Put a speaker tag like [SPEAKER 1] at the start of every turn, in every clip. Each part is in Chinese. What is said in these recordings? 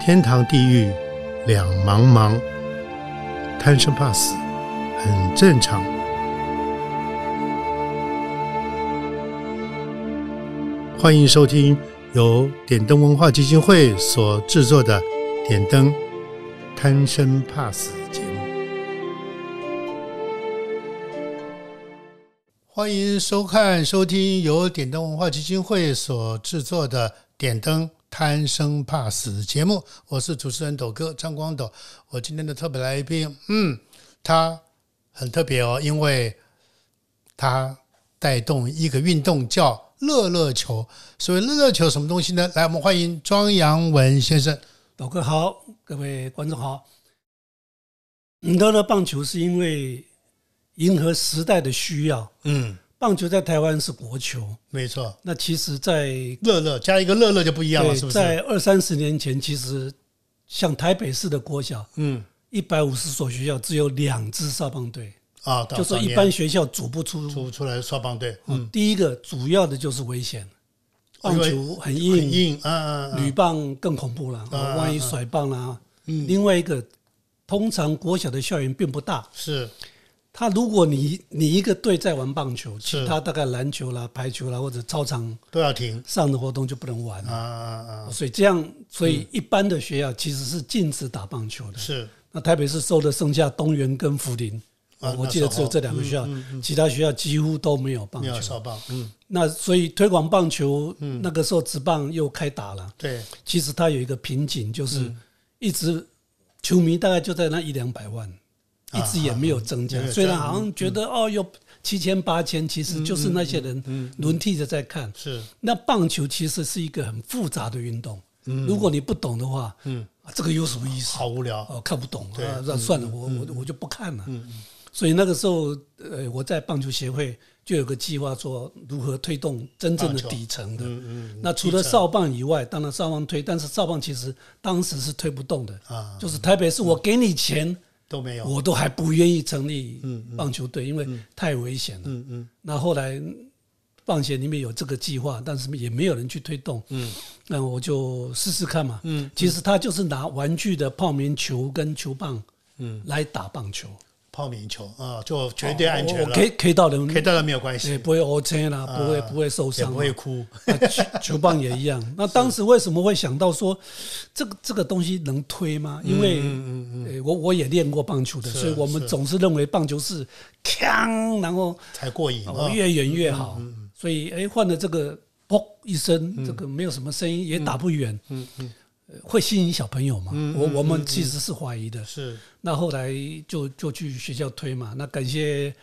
[SPEAKER 1] 天堂地狱两茫茫，贪生怕死很正常。欢迎收听由点灯文化基金会所制作的《点灯贪生怕死》节目。欢迎收看、收听由点灯文化基金会所制作的《点灯贪生怕死》节目。我是主持人斗哥张光斗。我今天的特别来宾，嗯，他很特别哦，因为哦他带动一个运动叫乐乐球。所谓乐乐球什么东西呢？来，我们欢迎庄阳文先生。
[SPEAKER 2] 老哥好，各位观众好。你乐乐棒球是因为迎合时代的需要，
[SPEAKER 1] 嗯，
[SPEAKER 2] 棒球在台湾是国球。
[SPEAKER 1] 没错，
[SPEAKER 2] 那其实在，
[SPEAKER 1] 乐乐加一个乐乐就不一样了，
[SPEAKER 2] 对
[SPEAKER 1] 是啊不是？
[SPEAKER 2] 在二三十年前，其实像台北市的国小，
[SPEAKER 1] 嗯，
[SPEAKER 2] 一百五十所学校只有两支少棒队，
[SPEAKER 1] 啊，
[SPEAKER 2] 就
[SPEAKER 1] 早
[SPEAKER 2] 是
[SPEAKER 1] 年
[SPEAKER 2] 一般学校组不出。
[SPEAKER 1] 出出来刷棒队，
[SPEAKER 2] 嗯，第一个主要的就是危险，
[SPEAKER 1] 哦因
[SPEAKER 2] 棒
[SPEAKER 1] 为
[SPEAKER 2] 球很
[SPEAKER 1] 很
[SPEAKER 2] 硬，嗯
[SPEAKER 1] 硬啊啊，啊
[SPEAKER 2] 铝棒更恐怖了，
[SPEAKER 1] 啊
[SPEAKER 2] 啊万一
[SPEAKER 1] 啊啊嗯
[SPEAKER 2] 甩棒啦、另外一个，通常国小的校园并不大。
[SPEAKER 1] 是
[SPEAKER 2] 他如果你你一个队在玩棒球，
[SPEAKER 1] 是
[SPEAKER 2] 其他大概篮球啦、排球啦或者操场
[SPEAKER 1] 都要停
[SPEAKER 2] 上的活动就不能玩
[SPEAKER 1] 啊啊啊，嗯
[SPEAKER 2] 所以这样，所以一般的学校其实是禁止打棒球的。
[SPEAKER 1] 是
[SPEAKER 2] 那台北市收的剩下东园跟福林，
[SPEAKER 1] 啊
[SPEAKER 2] 我记得只有这两个学校，其他学校几乎都没有棒
[SPEAKER 1] 嗯没有嗯
[SPEAKER 2] 球。
[SPEAKER 1] 刷棒，嗯，
[SPEAKER 2] 那所以推广棒球，那个时候职棒又开打了，
[SPEAKER 1] 对，
[SPEAKER 2] 其实它有一个瓶颈，就是
[SPEAKER 1] 嗯
[SPEAKER 2] 一直球迷大概就在那一两百万，一直也没有增加
[SPEAKER 1] 啊啊。啊
[SPEAKER 2] 虽然好像觉得哦有七千八千，其实就是那些
[SPEAKER 1] 嗯
[SPEAKER 2] 人轮替着在看。
[SPEAKER 1] 是
[SPEAKER 2] 那棒球其实是一个很复杂的运动，
[SPEAKER 1] 嗯
[SPEAKER 2] 如果你不懂的话，啊这个有什么意思？
[SPEAKER 1] 好无聊，
[SPEAKER 2] 哦，看不懂
[SPEAKER 1] 对嗯
[SPEAKER 2] 啊，那算了，我我我就不看了。所以那个时候，呃，我在棒球协会就有个计划，说如何推动真正的
[SPEAKER 1] 棒球
[SPEAKER 2] 底层的。
[SPEAKER 1] 嗯嗯
[SPEAKER 2] 那除了少棒以外，当然少棒推，但是少棒其实当时是推不动的。
[SPEAKER 1] 啊
[SPEAKER 2] 就是台北市，我给你钱，
[SPEAKER 1] 都没有，
[SPEAKER 2] 我都还不愿意成立棒球队，因为太危险了。
[SPEAKER 1] 嗯嗯
[SPEAKER 2] 那后来棒协里面有这个计划，但是也没有人去推动。
[SPEAKER 1] 嗯，
[SPEAKER 2] 那我就试试看嘛。
[SPEAKER 1] 嗯，
[SPEAKER 2] 其实他就是拿玩具的泡棉球跟球棒，
[SPEAKER 1] 嗯，
[SPEAKER 2] 来打棒球，
[SPEAKER 1] 泡棉球啊，就绝对安全
[SPEAKER 2] 哦我
[SPEAKER 1] 了
[SPEAKER 2] 我，可以可以到人，
[SPEAKER 1] 可以当然没有关
[SPEAKER 2] 也
[SPEAKER 1] 系，
[SPEAKER 2] 不会 O 车啦，
[SPEAKER 1] 啊
[SPEAKER 2] 不会不会受
[SPEAKER 1] 也
[SPEAKER 2] 伤
[SPEAKER 1] 不
[SPEAKER 2] 嘛，
[SPEAKER 1] 会哭，
[SPEAKER 2] 那啊球球棒也一样。那当时为什么会想到说这个这个东西能推吗？因
[SPEAKER 1] 嗯
[SPEAKER 2] 为、
[SPEAKER 1] 嗯嗯，
[SPEAKER 2] 呃我我也练过棒球的，
[SPEAKER 1] 是
[SPEAKER 2] 所以我们
[SPEAKER 1] 是
[SPEAKER 2] 总是认为棒球是锵，然后
[SPEAKER 1] 才过瘾
[SPEAKER 2] 哦
[SPEAKER 1] 啊，
[SPEAKER 2] 越远越好。
[SPEAKER 1] 嗯
[SPEAKER 2] 所以哎，换了这个砰一声，这个没有什么声音，也打不远，
[SPEAKER 1] 嗯嗯，
[SPEAKER 2] 呃会吸引小朋友嘛？我我们其实是怀疑的。
[SPEAKER 1] 是
[SPEAKER 2] 那后来就就去学校推嘛。那感谢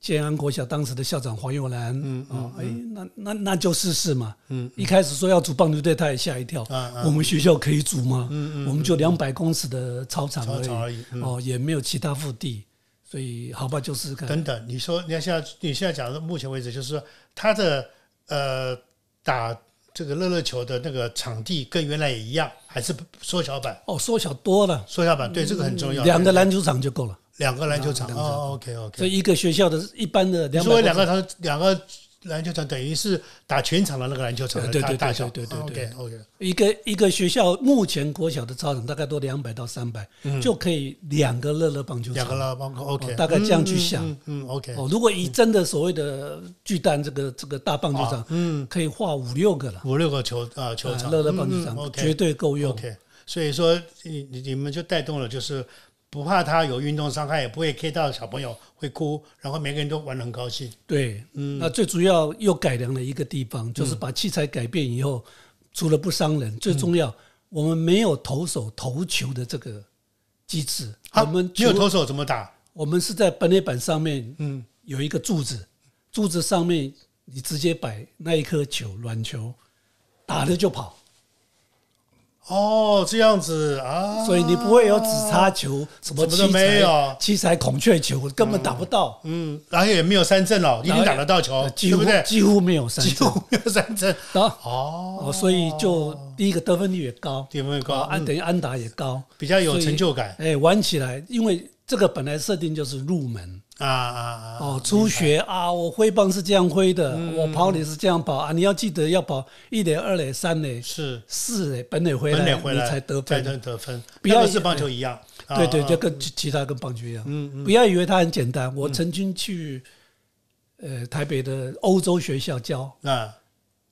[SPEAKER 2] 建安国小当时的校长黄幼兰，嗯哦，哎，那那那就试试嘛。嗯，一开始说要组棒球队，他也吓一跳
[SPEAKER 1] 啊啊。
[SPEAKER 2] 我们学校可以组吗？嗯我们就两百公尺的操场
[SPEAKER 1] 草草
[SPEAKER 2] 而
[SPEAKER 1] 而
[SPEAKER 2] 已，
[SPEAKER 1] 已，
[SPEAKER 2] 哦，也没有其他腹地，所以好吧，就试试看。
[SPEAKER 1] 等等，你说你看现在你现在讲的，目前为止就是说他的呃打这个乐乐球的那个场地跟原来也一样，还是缩小版？
[SPEAKER 2] 哦，缩小多了，
[SPEAKER 1] 缩小版对这个很重要。
[SPEAKER 2] 嗯两个篮球场就够了。
[SPEAKER 1] 两个篮球场
[SPEAKER 2] 两个篮球
[SPEAKER 1] 哦，OK
[SPEAKER 2] 所
[SPEAKER 1] OK。
[SPEAKER 2] 以一个学校的一般的
[SPEAKER 1] 你
[SPEAKER 2] 两
[SPEAKER 1] 说
[SPEAKER 2] 百
[SPEAKER 1] 两个场两个篮球场等于是打全场的那个篮球场的
[SPEAKER 2] 呃对
[SPEAKER 1] 大
[SPEAKER 2] 对对
[SPEAKER 1] 大小，
[SPEAKER 2] 对对对对
[SPEAKER 1] OK OK
[SPEAKER 2] 一个一个学校目前国小的操场大概都两百到三百、就可以嗯两个乐乐棒球
[SPEAKER 1] 两个
[SPEAKER 2] 场。
[SPEAKER 1] 了，包括 OK，
[SPEAKER 2] 哦大概这样去想
[SPEAKER 1] 嗯嗯嗯，OK
[SPEAKER 2] 哦，如果以真的所谓的巨蛋这个这个大棒球场，嗯，可以画五六个了，
[SPEAKER 1] 啊五六个球啊球场，
[SPEAKER 2] 啊乐乐棒球
[SPEAKER 1] 嗯
[SPEAKER 2] 场、
[SPEAKER 1] 嗯，OK
[SPEAKER 2] 绝对够用。
[SPEAKER 1] OK，所以说你你你们就带动了，就是不怕他有运动伤害，也不会 K 到小朋友会哭，然后每个人都玩得很高兴。
[SPEAKER 2] 对，
[SPEAKER 1] 嗯
[SPEAKER 2] 那最主要又改良了一个地方，就是把器材改变以后，除了不伤
[SPEAKER 1] 嗯
[SPEAKER 2] 人，最重要、我们没有投手投球的这个机制，
[SPEAKER 1] 啊
[SPEAKER 2] 我们
[SPEAKER 1] 你有
[SPEAKER 2] 除
[SPEAKER 1] 投手怎么打？
[SPEAKER 2] 我们是在本垒板上面，嗯，有一个柱子，柱子上面你直接摆那一颗球，软球，打了就跑，
[SPEAKER 1] 哦，这样子啊，
[SPEAKER 2] 所以你不会有紫叉球、什么
[SPEAKER 1] 什么都
[SPEAKER 2] 七
[SPEAKER 1] 没
[SPEAKER 2] 彩
[SPEAKER 1] 有
[SPEAKER 2] 七彩孔雀球，根本打不到，
[SPEAKER 1] 嗯，然后也没有三振了，一定打得到球
[SPEAKER 2] 呃，几
[SPEAKER 1] 对
[SPEAKER 2] 乎
[SPEAKER 1] 不对？
[SPEAKER 2] 几乎没有 三
[SPEAKER 1] 几
[SPEAKER 2] 振，
[SPEAKER 1] 乎没有三振。
[SPEAKER 2] 啊，
[SPEAKER 1] 哦，
[SPEAKER 2] 哦，所以就第一个得分率也高，
[SPEAKER 1] 得分率高
[SPEAKER 2] 啊安
[SPEAKER 1] 嗯
[SPEAKER 2] 等于安打也高，
[SPEAKER 1] 比较有
[SPEAKER 2] 所以
[SPEAKER 1] 成就感
[SPEAKER 2] 哎，玩起来，因为这个本来设定就是入门，
[SPEAKER 1] 啊啊啊！
[SPEAKER 2] 哦，初学啊，我挥棒是这样挥的，
[SPEAKER 1] 嗯
[SPEAKER 2] 我跑垒是这样跑啊，你要记得要跑一垒、二垒、三垒、
[SPEAKER 1] 是
[SPEAKER 2] 四垒，本垒回
[SPEAKER 1] 本垒
[SPEAKER 2] 来
[SPEAKER 1] 回
[SPEAKER 2] 你
[SPEAKER 1] 来
[SPEAKER 2] 才得
[SPEAKER 1] 才
[SPEAKER 2] 分。
[SPEAKER 1] 能得分，
[SPEAKER 2] 不要哎
[SPEAKER 1] 那个是棒球一样，啊
[SPEAKER 2] 对对，
[SPEAKER 1] 啊嗯
[SPEAKER 2] 就跟其其他跟棒球一样，不要以为它很简单。我曾经去呃台北的欧洲学校教，
[SPEAKER 1] 啊，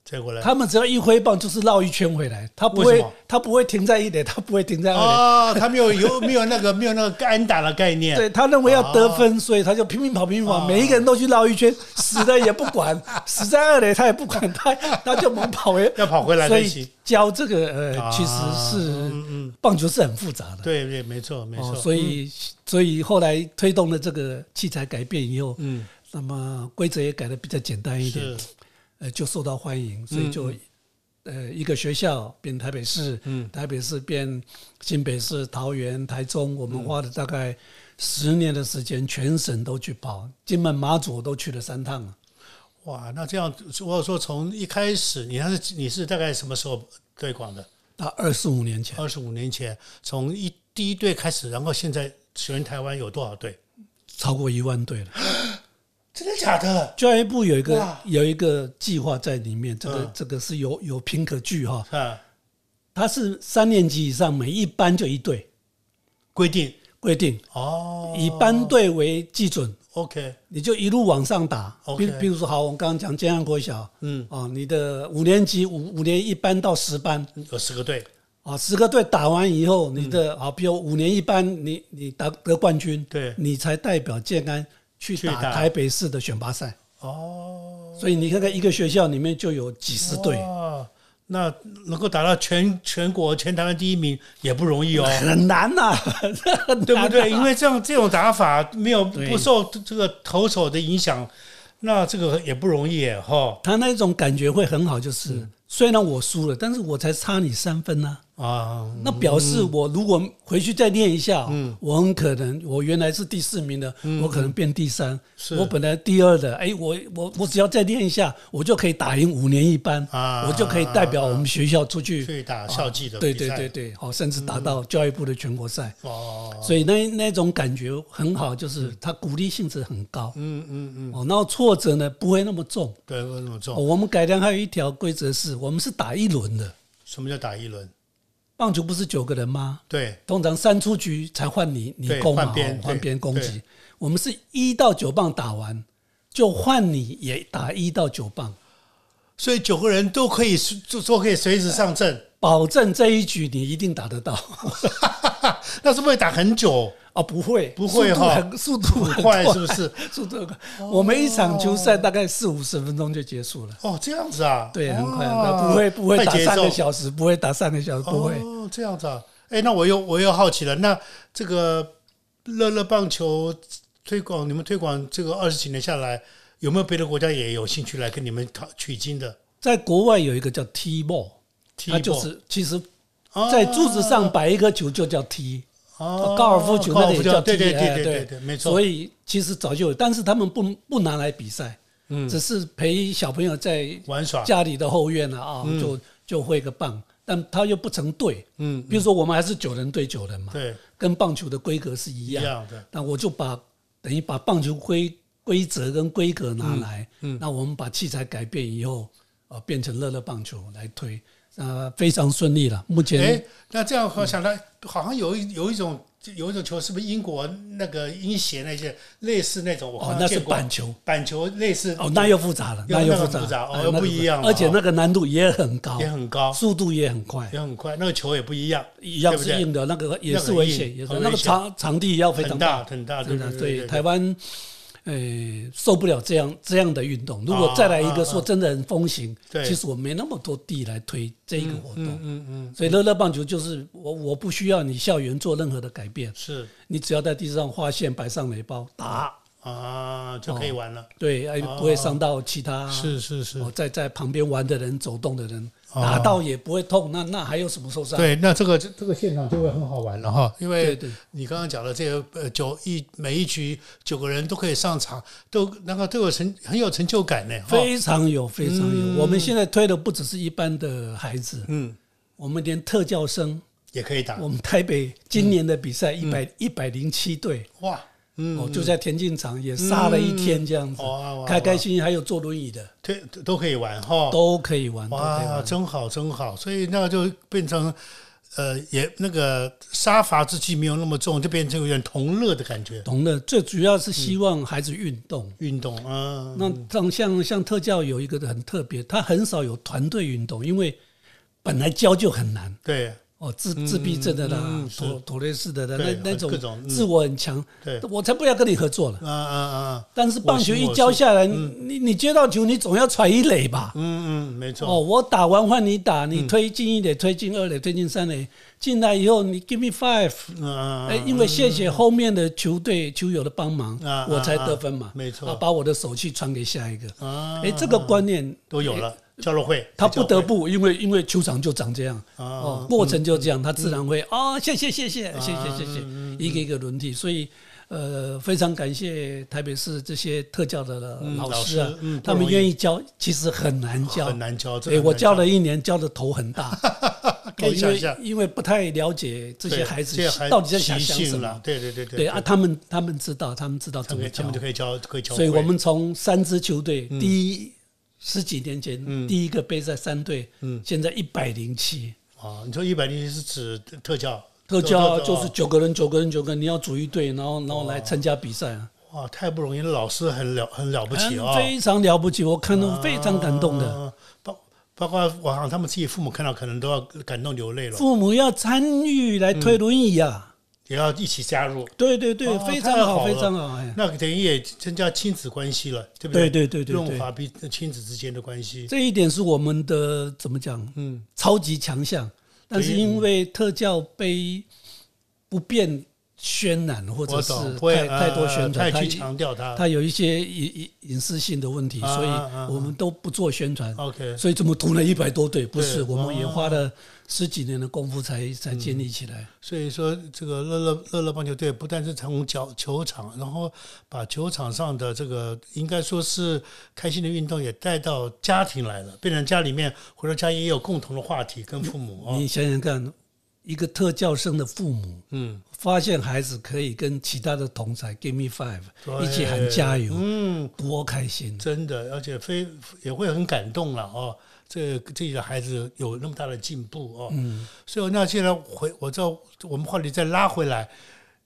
[SPEAKER 1] 结果呢？
[SPEAKER 2] 他们只要一挥棒就是绕一圈回来，他不
[SPEAKER 1] 为什
[SPEAKER 2] 会
[SPEAKER 1] 么
[SPEAKER 2] 他不会停在一垒，他不会停在二垒。
[SPEAKER 1] 哦，他没有有没有那个没有那个安打的概念，
[SPEAKER 2] 对他认为要得
[SPEAKER 1] 啊
[SPEAKER 2] 分，所以他就拼命跑，拼命跑，每一个人都去绕一圈，死的也不 管，死在二垒他也不管，他他就猛跑回。
[SPEAKER 1] 要跑回来
[SPEAKER 2] 所
[SPEAKER 1] 才
[SPEAKER 2] 以
[SPEAKER 1] 行。
[SPEAKER 2] 教这个呃
[SPEAKER 1] 啊，嗯
[SPEAKER 2] 其实是棒球是很复杂的，
[SPEAKER 1] 对对，没错没错。
[SPEAKER 2] 哦，所
[SPEAKER 1] 嗯
[SPEAKER 2] 以所以后来推动了这个器材改变以后，
[SPEAKER 1] 嗯，
[SPEAKER 2] 那么规则也改的比较简单一点，
[SPEAKER 1] 是
[SPEAKER 2] 呃，就受到欢迎，所以就、呃一个学校变台北市，
[SPEAKER 1] 嗯
[SPEAKER 2] 台北市变新北市、桃园、台中，我们花了大概十年的时间，全省都去跑，金门、马祖我都去了三趟了。
[SPEAKER 1] 哇，那这样如果说从一开始，你那是你是大概什么时候推广的？
[SPEAKER 2] 那二十五年前，
[SPEAKER 1] 二十五年前，从一第一队开始，然后现在全台湾有多少队？
[SPEAKER 2] 超过一万队了。
[SPEAKER 1] 真的假的？
[SPEAKER 2] 教育部有一个
[SPEAKER 1] 哇
[SPEAKER 2] 有一个计划在里面，这个、
[SPEAKER 1] 嗯
[SPEAKER 2] 这个是有有凭可据哈、
[SPEAKER 1] 啊，
[SPEAKER 2] 它是三年级以上每一班就一队，
[SPEAKER 1] 规定
[SPEAKER 2] 规定
[SPEAKER 1] 哦，
[SPEAKER 2] 以班队为基准，
[SPEAKER 1] OK，
[SPEAKER 2] 你就一路往上打。
[SPEAKER 1] OK
[SPEAKER 2] 比比如说，好，我们刚刚讲建安国小，
[SPEAKER 1] 嗯，
[SPEAKER 2] 哦，你的五年级五五年一班到十班，
[SPEAKER 1] 有十个队
[SPEAKER 2] 啊，十个队打完以后，你的啊，比如五年一班，你你得得冠军，
[SPEAKER 1] 嗯对
[SPEAKER 2] 你才代表建安去
[SPEAKER 1] 去
[SPEAKER 2] 打
[SPEAKER 1] 打
[SPEAKER 2] 台北市的选拔赛。
[SPEAKER 1] 哦，
[SPEAKER 2] 所以你看看一个学校里面就有几十队，
[SPEAKER 1] 哇那能够打到全全国全台湾第一名也不容 易哦。
[SPEAKER 2] 很难呐、很
[SPEAKER 1] 对不
[SPEAKER 2] 难
[SPEAKER 1] 对？
[SPEAKER 2] 呐
[SPEAKER 1] 因为这样这种打法没有
[SPEAKER 2] 对
[SPEAKER 1] 不受这个投手的影响，那这个也不容易耶哈
[SPEAKER 2] 他那种感觉会很好，就是、
[SPEAKER 1] 嗯
[SPEAKER 2] 虽然我输了，但是我才差你三分呐、
[SPEAKER 1] 啊！
[SPEAKER 2] 那表示我如果回去再练一下，
[SPEAKER 1] 嗯
[SPEAKER 2] 我很可能我原来是第四名的，我可能变第三，
[SPEAKER 1] 是
[SPEAKER 2] 我本来第二的，哎，我我我只要再练一下，我就可以打赢五年一班，
[SPEAKER 1] 啊
[SPEAKER 2] 我就可以代表我们学校出去
[SPEAKER 1] 去打校际的
[SPEAKER 2] 啊对
[SPEAKER 1] 比
[SPEAKER 2] 对
[SPEAKER 1] 赛，嗯
[SPEAKER 2] 对对，好，甚至打到教育部的全国赛，
[SPEAKER 1] 哦，
[SPEAKER 2] 所以那那种感觉很好，就是它鼓励性质很高，
[SPEAKER 1] 嗯嗯嗯，
[SPEAKER 2] 哦，然后挫折呢不会那么重。
[SPEAKER 1] 对，为什么
[SPEAKER 2] 哦，
[SPEAKER 1] 重？
[SPEAKER 2] 我们改良还有一条规则是，我们是打一轮的，
[SPEAKER 1] 什么叫打一轮？
[SPEAKER 2] 棒球不是九个人吗？
[SPEAKER 1] 对，
[SPEAKER 2] 通常三出局才换你你
[SPEAKER 1] 对
[SPEAKER 2] 攻嘛，
[SPEAKER 1] 换边
[SPEAKER 2] 哦换
[SPEAKER 1] 对
[SPEAKER 2] 边攻击
[SPEAKER 1] 对。
[SPEAKER 2] 我们是一到九棒打完，就换你也打一到九棒，
[SPEAKER 1] 所以九个人都可以都都可以随时上阵，
[SPEAKER 2] 保证这一局你一定打得到。
[SPEAKER 1] 那是不是会打很久？
[SPEAKER 2] 啊，不会，
[SPEAKER 1] 不会
[SPEAKER 2] 速度
[SPEAKER 1] 哈
[SPEAKER 2] 很速度
[SPEAKER 1] 很
[SPEAKER 2] 很
[SPEAKER 1] 快是不是？
[SPEAKER 2] 速度很快。我们一场球赛大概四五十分钟就结束了，
[SPEAKER 1] 哦，这样子啊，
[SPEAKER 2] 对，很快，很
[SPEAKER 1] 哇
[SPEAKER 2] 快不会不会
[SPEAKER 1] 快
[SPEAKER 2] 打
[SPEAKER 1] 节
[SPEAKER 2] 三
[SPEAKER 1] 奏
[SPEAKER 2] 个小时，不会打三个小时，不会。
[SPEAKER 1] 哦，这样子啊。哎，那我又我又好奇了，那这个乐乐棒球推广，你们推广这个二十几年下来，有没有别的国家也有兴趣来跟你们讨取经的？
[SPEAKER 2] 在国外有一个叫 T ball，它就
[SPEAKER 1] T-ball
[SPEAKER 2] 是其实
[SPEAKER 1] 哦
[SPEAKER 2] 啊在柱子上摆一颗球就叫 T。
[SPEAKER 1] 哦
[SPEAKER 2] 高尔夫球
[SPEAKER 1] 高
[SPEAKER 2] 那
[SPEAKER 1] 尔
[SPEAKER 2] 里
[SPEAKER 1] 夫
[SPEAKER 2] 也
[SPEAKER 1] 球，
[SPEAKER 2] 叫
[SPEAKER 1] 对对
[SPEAKER 2] T，
[SPEAKER 1] 对
[SPEAKER 2] 哎
[SPEAKER 1] 对对对，没错。
[SPEAKER 2] 所以其实早就有，但是他们不不拿来比赛，
[SPEAKER 1] 嗯
[SPEAKER 2] 只是陪小朋友在
[SPEAKER 1] 玩耍，
[SPEAKER 2] 家里的后院啊，啊就就挥个棒，但他又不成队。
[SPEAKER 1] 嗯，
[SPEAKER 2] 比如说我们还是九人对九人嘛，
[SPEAKER 1] 对，
[SPEAKER 2] 跟棒球的规格是嗯一
[SPEAKER 1] 一
[SPEAKER 2] 样。
[SPEAKER 1] 样的。
[SPEAKER 2] 那我就把等于把棒球规规则跟规格拿来，
[SPEAKER 1] 嗯
[SPEAKER 2] 那我们把器材改变以后，呃，变成乐乐棒球来推，呃，非常顺利了。目前、
[SPEAKER 1] 哎，那这样我想到，好像有一有一种有一种球，是不是英国那个英协那些类似那种？我好
[SPEAKER 2] 哦，
[SPEAKER 1] 像
[SPEAKER 2] 那
[SPEAKER 1] 见
[SPEAKER 2] 是
[SPEAKER 1] 过
[SPEAKER 2] 板球，
[SPEAKER 1] 板球类似
[SPEAKER 2] 哦，那又复杂了，
[SPEAKER 1] 又
[SPEAKER 2] 又
[SPEAKER 1] 那个
[SPEAKER 2] 杂
[SPEAKER 1] 复杂哦
[SPEAKER 2] 哎
[SPEAKER 1] 又
[SPEAKER 2] 那个
[SPEAKER 1] 不一样了
[SPEAKER 2] 而且那个难度也很高
[SPEAKER 1] 也，很高，
[SPEAKER 2] 速度也很快，
[SPEAKER 1] 也很快，那个球也不一样，
[SPEAKER 2] 一样
[SPEAKER 1] 对不
[SPEAKER 2] 是
[SPEAKER 1] 对
[SPEAKER 2] 硬的，那个也
[SPEAKER 1] 那个
[SPEAKER 2] 是
[SPEAKER 1] 很
[SPEAKER 2] 危
[SPEAKER 1] 硬
[SPEAKER 2] 险，也是
[SPEAKER 1] 很
[SPEAKER 2] 那
[SPEAKER 1] 危
[SPEAKER 2] 个
[SPEAKER 1] 险
[SPEAKER 2] 场场地要非常
[SPEAKER 1] 很大很大，对
[SPEAKER 2] 真的
[SPEAKER 1] 对
[SPEAKER 2] 对
[SPEAKER 1] 对
[SPEAKER 2] 台湾，呃，受不了这样这样的运动。如果
[SPEAKER 1] 啊
[SPEAKER 2] 再来一
[SPEAKER 1] 啊
[SPEAKER 2] 个说真的很风行，
[SPEAKER 1] 对
[SPEAKER 2] 其实我没那么多地来推这一个活动。
[SPEAKER 1] 嗯嗯，
[SPEAKER 2] 所以乐乐棒球就是我我不需要你校园做任何的改变，
[SPEAKER 1] 是
[SPEAKER 2] 你只要在地上画线摆上垒包打，哦
[SPEAKER 1] 啊，就可以玩了。
[SPEAKER 2] 对，哎不会伤到其他。
[SPEAKER 1] 啊是啊是
[SPEAKER 2] 哦，在在旁边玩的人、走动的人，
[SPEAKER 1] 哦
[SPEAKER 2] 打到也不会痛，那那还有什么受伤？
[SPEAKER 1] 对，那这个这个现场就会很好玩了哈，因
[SPEAKER 2] 对
[SPEAKER 1] 为
[SPEAKER 2] 对
[SPEAKER 1] 你刚刚讲的这个呃九一每一局九个人都可以上场，都那个都有成很有成就感呢。哈
[SPEAKER 2] 非常有，非常有。我们现在推的不只是一般的孩子，
[SPEAKER 1] 嗯，
[SPEAKER 2] 我们连特教生，
[SPEAKER 1] 也可以打
[SPEAKER 2] 我们台北今年的比赛一百一百零七队，
[SPEAKER 1] 哇，嗯
[SPEAKER 2] 哦，就在田径场也杀了一天这样子，
[SPEAKER 1] 哇哇
[SPEAKER 2] 开开心心，还有坐轮椅的
[SPEAKER 1] 对，都可以玩哈。
[SPEAKER 2] 都可以玩，都可以
[SPEAKER 1] 哇，
[SPEAKER 2] 玩。
[SPEAKER 1] 真好真好，所以那个就变成。呃，也那个杀伐之气没有那么重，就变成有点同乐的感觉。
[SPEAKER 2] 懂了，最主要
[SPEAKER 1] 嗯
[SPEAKER 2] 是希望孩子运动。
[SPEAKER 1] 运动啊，
[SPEAKER 2] 那像像像特教有一个很特别，他很少有团队运动，因为本来教就很难
[SPEAKER 1] 对
[SPEAKER 2] 哦，自自闭症的
[SPEAKER 1] 嗯
[SPEAKER 2] 啦啊
[SPEAKER 1] 嗯，是
[SPEAKER 2] 妥妥瑞氏的啦，
[SPEAKER 1] 对
[SPEAKER 2] 那那
[SPEAKER 1] 各种嗯
[SPEAKER 2] 种自我很强，
[SPEAKER 1] 对，
[SPEAKER 2] 我才不要跟你合作了。
[SPEAKER 1] 啊啊啊，
[SPEAKER 2] 但是棒球
[SPEAKER 1] 我行
[SPEAKER 2] 一
[SPEAKER 1] 我
[SPEAKER 2] 教
[SPEAKER 1] 素
[SPEAKER 2] 下来，你你接到球，你总要传一垒吧？
[SPEAKER 1] 嗯嗯，嗯没错，
[SPEAKER 2] 哦，我打完换你打，你推进一垒，推进二垒，推进三垒，进来以后你 give me five，
[SPEAKER 1] 嗯嗯，
[SPEAKER 2] 哎，因为谢谢后面的球队球友的帮忙
[SPEAKER 1] 啊，
[SPEAKER 2] 我才得分嘛
[SPEAKER 1] 啊啊，没错
[SPEAKER 2] 啊把我的手气传给下一个，
[SPEAKER 1] 啊，
[SPEAKER 2] 哎，这个观念
[SPEAKER 1] 都有了，交流会，
[SPEAKER 2] 他不得不，因为因为球场就长这样，
[SPEAKER 1] 啊嗯
[SPEAKER 2] 哦，过程就这样，他自然会哦，谢谢谢谢谢谢谢谢，一个一个轮替，所以呃，非常感谢台北市这些特教的
[SPEAKER 1] 嗯
[SPEAKER 2] 老师啊
[SPEAKER 1] 老师嗯，
[SPEAKER 2] 他
[SPEAKER 1] 不
[SPEAKER 2] 们
[SPEAKER 1] 容易啊
[SPEAKER 2] 愿意教，其实很难教
[SPEAKER 1] 很，难教，这
[SPEAKER 2] 哎，
[SPEAKER 1] 很
[SPEAKER 2] 我
[SPEAKER 1] 难
[SPEAKER 2] 教了一年，教的头很大，
[SPEAKER 1] 可
[SPEAKER 2] 哦
[SPEAKER 1] 以
[SPEAKER 2] 因
[SPEAKER 1] 想
[SPEAKER 2] 为
[SPEAKER 1] 一下
[SPEAKER 2] 因为不太了解这
[SPEAKER 1] 对
[SPEAKER 2] 些孩子
[SPEAKER 1] 这些孩
[SPEAKER 2] 到底在想
[SPEAKER 1] 习
[SPEAKER 2] 想什
[SPEAKER 1] 性了
[SPEAKER 2] 么，，
[SPEAKER 1] 对对对对
[SPEAKER 2] 对啊，，他们他们知道，他们知道
[SPEAKER 1] 他
[SPEAKER 2] 怎么
[SPEAKER 1] 们他
[SPEAKER 2] 教
[SPEAKER 1] 们就，可以教可以教会，嗯
[SPEAKER 2] 所以我们从三支球队，第一十几年前第一个杯赛三队，
[SPEAKER 1] 嗯
[SPEAKER 2] 现在一百零七。
[SPEAKER 1] 啊，你说一百零一是指特教，
[SPEAKER 2] 特教
[SPEAKER 1] 特
[SPEAKER 2] 就是九个人，九个人，九个人，你要组一队，然
[SPEAKER 1] 哦
[SPEAKER 2] 后然后来参加比赛啊，
[SPEAKER 1] 哇，太不容易了，老师很了很了不起啊，
[SPEAKER 2] 嗯非常了不起，我看到非常感动的。
[SPEAKER 1] 啊，包包括我好像他们自己父母看到可能都要感动流泪了，
[SPEAKER 2] 父母要参与来推轮椅啊，
[SPEAKER 1] 也要一起加入，
[SPEAKER 2] 对对对
[SPEAKER 1] 嗯哦，
[SPEAKER 2] 非常
[SPEAKER 1] 太好
[SPEAKER 2] 好，
[SPEAKER 1] 了
[SPEAKER 2] 非常好，哎，
[SPEAKER 1] 那等于也增加亲子关系了，对不
[SPEAKER 2] 对
[SPEAKER 1] 对
[SPEAKER 2] 对对对
[SPEAKER 1] 润
[SPEAKER 2] 对，
[SPEAKER 1] 滑彼亲子之间的关系，
[SPEAKER 2] 这一点是我们的怎么讲，嗯，超级强项。但是因为特教杯不便渲染，或者
[SPEAKER 1] 我
[SPEAKER 2] 是
[SPEAKER 1] 懂，不会
[SPEAKER 2] 太太多
[SPEAKER 1] 呃
[SPEAKER 2] 宣
[SPEAKER 1] 太
[SPEAKER 2] 传，它
[SPEAKER 1] 去强调它。
[SPEAKER 2] 它有一些隐隐隐私性的问题，
[SPEAKER 1] 啊
[SPEAKER 2] 所以
[SPEAKER 1] 啊啊
[SPEAKER 2] 我们都不做宣传。
[SPEAKER 1] OK，
[SPEAKER 2] 所以怎么囤了一百多队？不
[SPEAKER 1] 对
[SPEAKER 2] 是，我们也
[SPEAKER 1] 哦
[SPEAKER 2] 花了十几年的功夫才才建立起来。
[SPEAKER 1] 所以说这个乐乐乐乐棒球队不但是从脚球场，然后把球场上的这个应该说是开心的运动也带到家庭来了，变成家里面回到家也有共同的话题跟父母哦，
[SPEAKER 2] 你想想看，一个特教生的父母
[SPEAKER 1] 嗯
[SPEAKER 2] 发现孩子可以跟其他的同才 “Give me five”
[SPEAKER 1] 对
[SPEAKER 2] 一起喊加油，
[SPEAKER 1] 嗯，
[SPEAKER 2] 多开心！
[SPEAKER 1] 真的，而且非也会很感动了哦。这自己的孩子有那么大的进步哦，嗯，所以那现在回我知道我们话题再拉回来，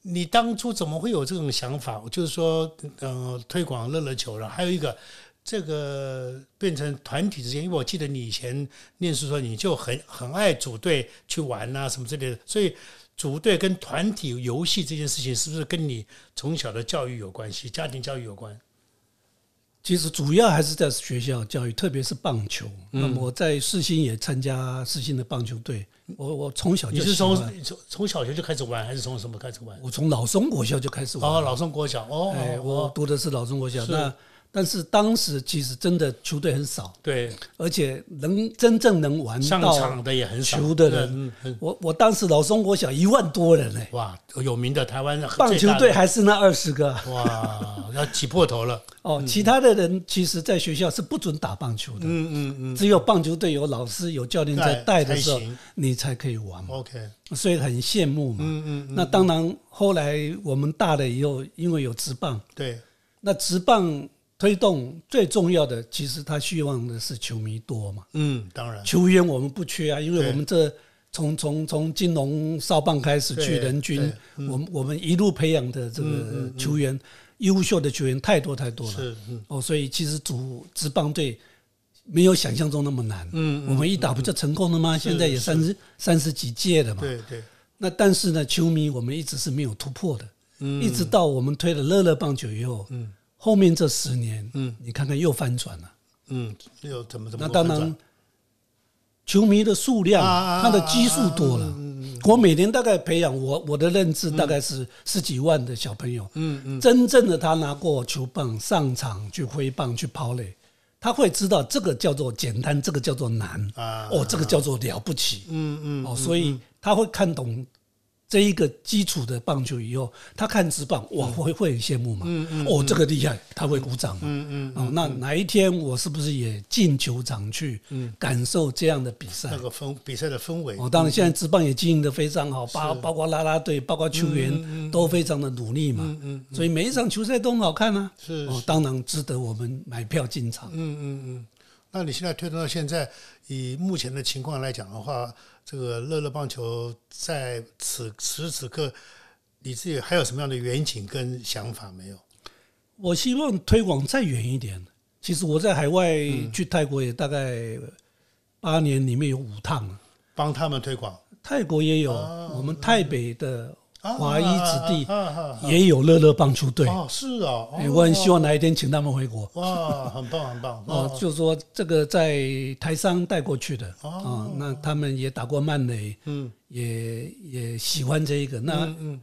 [SPEAKER 1] 你当初怎么会有这种想法？就是说，呃，推广乐乐球了，还有一个这个变成团体之间，因为我记得你以前念书的时候，你就很 很爱组队去玩啊什么之类的，所以组队跟团体游戏这件事情，是不是跟你从小的教育有关系，家庭教育有关？
[SPEAKER 2] 其实主要还是在学校教育，特别是棒球。
[SPEAKER 1] 嗯
[SPEAKER 2] 那么我在世新也参加世新的棒球队，我我从小就
[SPEAKER 1] 你是
[SPEAKER 2] 喜欢
[SPEAKER 1] 从从从小学就开始玩，还是从什么开始玩？
[SPEAKER 2] 我从老松国校就开始玩。
[SPEAKER 1] 哦，老宋国小哦，
[SPEAKER 2] 哎，
[SPEAKER 1] 哦
[SPEAKER 2] 我读的是老中国小，
[SPEAKER 1] 是
[SPEAKER 2] 那但是当时其实真的球队很少，
[SPEAKER 1] 对
[SPEAKER 2] 而且能真正能玩
[SPEAKER 1] 上
[SPEAKER 2] 到
[SPEAKER 1] 场的也很少，
[SPEAKER 2] 球的人，
[SPEAKER 1] 嗯嗯
[SPEAKER 2] 我我当时老中国小一万多人呢、
[SPEAKER 1] 嗯哇，有名的台湾
[SPEAKER 2] 棒
[SPEAKER 1] 最
[SPEAKER 2] 球
[SPEAKER 1] 大的
[SPEAKER 2] 队还是那二十 个啊
[SPEAKER 1] 哇，要挤破头了，
[SPEAKER 2] 哦，其他的人其实在学校是不准打棒球的，
[SPEAKER 1] 嗯嗯
[SPEAKER 2] 只有棒球队有老师有教练在带的时候
[SPEAKER 1] 才行，
[SPEAKER 2] 你才可以玩
[SPEAKER 1] 嗯
[SPEAKER 2] 嘛，
[SPEAKER 1] ，OK，
[SPEAKER 2] 所以很羡慕嘛。
[SPEAKER 1] 嗯嗯，
[SPEAKER 2] 那当然，后来我们大了以后，因为有职棒，
[SPEAKER 1] 对，
[SPEAKER 2] 那职棒推动最重要的，其实他希望的是球迷多嘛，
[SPEAKER 1] 嗯，当然，
[SPEAKER 2] 球员我们不缺啊，因为
[SPEAKER 1] 对
[SPEAKER 2] 我们这从从从金融少棒开始
[SPEAKER 1] 对
[SPEAKER 2] 去人均
[SPEAKER 1] 对，嗯
[SPEAKER 2] 我们我们一路培养的这个球员，优秀的球员太多太多了
[SPEAKER 1] 是，嗯
[SPEAKER 2] 哦，所以其实组职棒队。没有想象中那么难，
[SPEAKER 1] 嗯
[SPEAKER 2] 我们一打不就成功了吗？现在也三十三十几届了嘛，
[SPEAKER 1] 对对，
[SPEAKER 2] 那但是呢，球迷我们一直是没有突破的，
[SPEAKER 1] 嗯
[SPEAKER 2] 一直到我们推了乐乐棒球以后，后面这十年，
[SPEAKER 1] 嗯
[SPEAKER 2] 你看看又翻转了。
[SPEAKER 1] 嗯，又怎么怎么
[SPEAKER 2] 那
[SPEAKER 1] 反
[SPEAKER 2] 当
[SPEAKER 1] 转？
[SPEAKER 2] 然，球迷的数量，
[SPEAKER 1] 啊啊啊嗯
[SPEAKER 2] 它的基数多了。我每年大概培养我我的认知大概是十几万的小朋友，
[SPEAKER 1] 嗯嗯，
[SPEAKER 2] 真正的他拿过球棒上场去挥棒去抛垒，他会知道这个叫做简单，这个叫做难，
[SPEAKER 1] 啊
[SPEAKER 2] 哦，这个叫做了不起，
[SPEAKER 1] 嗯嗯，
[SPEAKER 2] 哦，所以他会看懂这一个基础的棒球以后，他看职棒，哇，会会很羡慕嘛。嗯嗯。哦，这个厉害，他会鼓掌嘛。嗯嗯。哦，那哪一天我是不是也进球场去感受这样的比赛
[SPEAKER 1] 那？个氛比赛的氛围，
[SPEAKER 2] 哦，当然现在职棒也经营的非常好，包包括啦啦队，包括球员都非常的努力嘛。嗯嗯。所以每一场球赛都很好看啊。
[SPEAKER 1] 是
[SPEAKER 2] 哦，当然值得我们买票进场。
[SPEAKER 1] 嗯嗯嗯。那你现在推动到现在，以目前的情况来讲的话，这个乐乐棒球在此时此刻，你自己还有什么样的远景跟想法没有？
[SPEAKER 2] 我希望推广再远一点。其实我在海外
[SPEAKER 1] 嗯
[SPEAKER 2] 去泰国也大概八年，里面有五趟了。
[SPEAKER 1] 帮他们推广
[SPEAKER 2] 泰国也有，我们台北的
[SPEAKER 1] 啊
[SPEAKER 2] 华裔子
[SPEAKER 1] 啊啊啊
[SPEAKER 2] 弟也有乐乐棒球队。
[SPEAKER 1] 哦，是哦，
[SPEAKER 2] 哎
[SPEAKER 1] 哦
[SPEAKER 2] 我很希望哪一天请他们回国。
[SPEAKER 1] 哇，很棒很棒
[SPEAKER 2] 哦，
[SPEAKER 1] 哦，
[SPEAKER 2] 就说这个在台商带过去的啊、哦那他们也打过曼雷，
[SPEAKER 1] 嗯
[SPEAKER 2] 也也喜欢这一个。那
[SPEAKER 1] 嗯嗯，